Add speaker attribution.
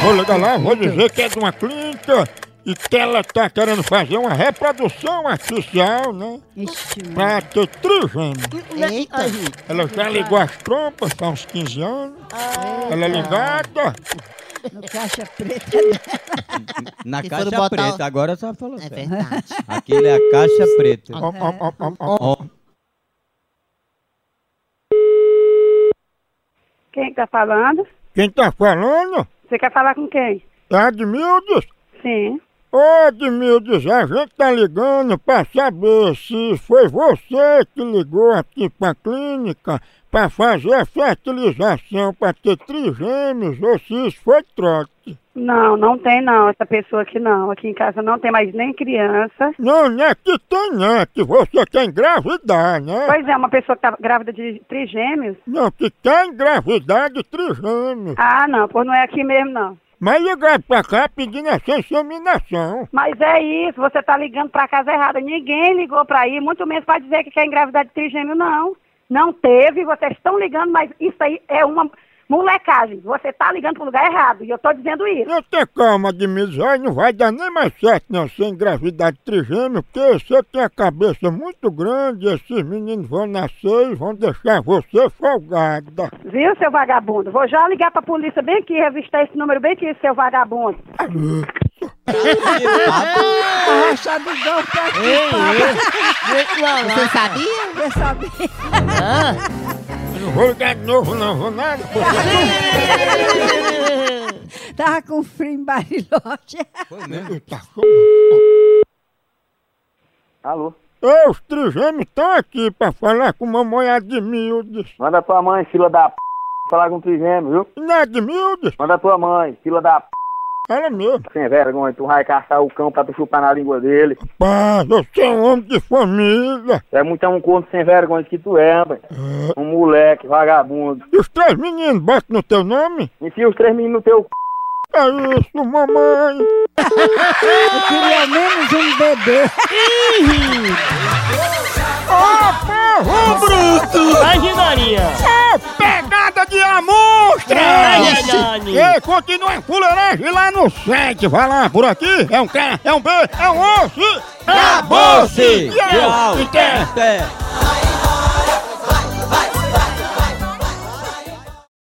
Speaker 1: Vou ligar lá, vou dizer que é de uma clínica e que ela tá querendo fazer uma reprodução artificial, né?
Speaker 2: Ixi, mano.
Speaker 1: Pra ter trigêmeo.
Speaker 2: Eita.
Speaker 1: Ela já ligou as trompas há uns 15 anos. Ela é ligada.
Speaker 2: No caixa preta.
Speaker 3: Na
Speaker 4: Se for
Speaker 3: caixa
Speaker 4: botar-
Speaker 3: preta, agora só falou
Speaker 4: É
Speaker 3: certo.
Speaker 4: verdade.
Speaker 3: Aquilo é a caixa preta.
Speaker 1: Ó, ó, ó, ó, ó.
Speaker 3: Ó,
Speaker 5: Quem tá falando?
Speaker 1: Quem tá falando
Speaker 5: Você quer falar com quem?
Speaker 1: é a Admildes.
Speaker 5: Sim.
Speaker 1: Ô, Admildes, a gente tá ligando pra saber se foi você que ligou aqui pra clínica pra fazer a fertilização pra ter trigêmeos ou se isso foi trote.
Speaker 5: Não, não tem não, essa pessoa aqui não. Aqui em casa não tem mais nem criança.
Speaker 1: Não, não é que tem, não, é que você quer engravidar, né?
Speaker 5: Pois é, uma pessoa que tá grávida de trigêmeos.
Speaker 1: Não, que quer engravidar de trigêmeos.
Speaker 5: Ah, não, pois não é aqui mesmo não.
Speaker 1: Mas ligar pra cá pedindo essa inseminação.
Speaker 5: Mas é isso, você tá ligando pra casa errada. Ninguém ligou pra aí, muito menos pra dizer que quer engravidar de trigêmeo, não. Não teve, vocês estão ligando, mas isso aí é uma molecagem. Você tá ligando pro lugar errado, e eu tô dizendo isso.
Speaker 1: Não tem calma de miséria, não vai dar nem mais certo não sem engravidade trigêmeo, porque você tem a cabeça muito grande, esses meninos vão nascer e vão deixar você folgada.
Speaker 5: Viu, seu vagabundo? Vou já ligar pra polícia bem aqui, revistar esse número bem aqui, seu vagabundo.
Speaker 2: Rachadudão pra aqui,
Speaker 4: Você sabia?
Speaker 2: papo. Quer saber?
Speaker 1: Eu não vou ligar de novo não, vou nada.
Speaker 2: Tava com frio em Bariloche.
Speaker 3: foi mesmo.
Speaker 1: Eu tá como?
Speaker 6: Alô?
Speaker 1: Ô, Os trigêmeos estão aqui pra falar com mamãe Admildes.
Speaker 6: Manda tua mãe, fila da p... falar com o trigêmeo, viu?
Speaker 1: Não é Admildes?
Speaker 6: Manda tua mãe, fila da p...
Speaker 1: Ela mesmo.
Speaker 6: sem vergonha. Tu vai caçar o cão pra tu chupar na língua dele.
Speaker 1: Paz, eu sou um homem de família.
Speaker 6: Tu é muito um corno sem vergonha que tu é, rapaz. Um moleque, vagabundo.
Speaker 1: E os três meninos batem no teu nome?
Speaker 6: Enfia os três meninos no teu c...
Speaker 1: É isso, mamãe.
Speaker 2: Eu queria menos um bebê.
Speaker 1: Pegada de amostra!
Speaker 7: Ai,
Speaker 1: E aí, continua a fuleiragem lá no site. Vai lá, por aqui. É um K, é um B, é um osso.
Speaker 3: Acabou-se!
Speaker 1: Tchau!
Speaker 3: Tchau!
Speaker 1: E tem-
Speaker 3: Até!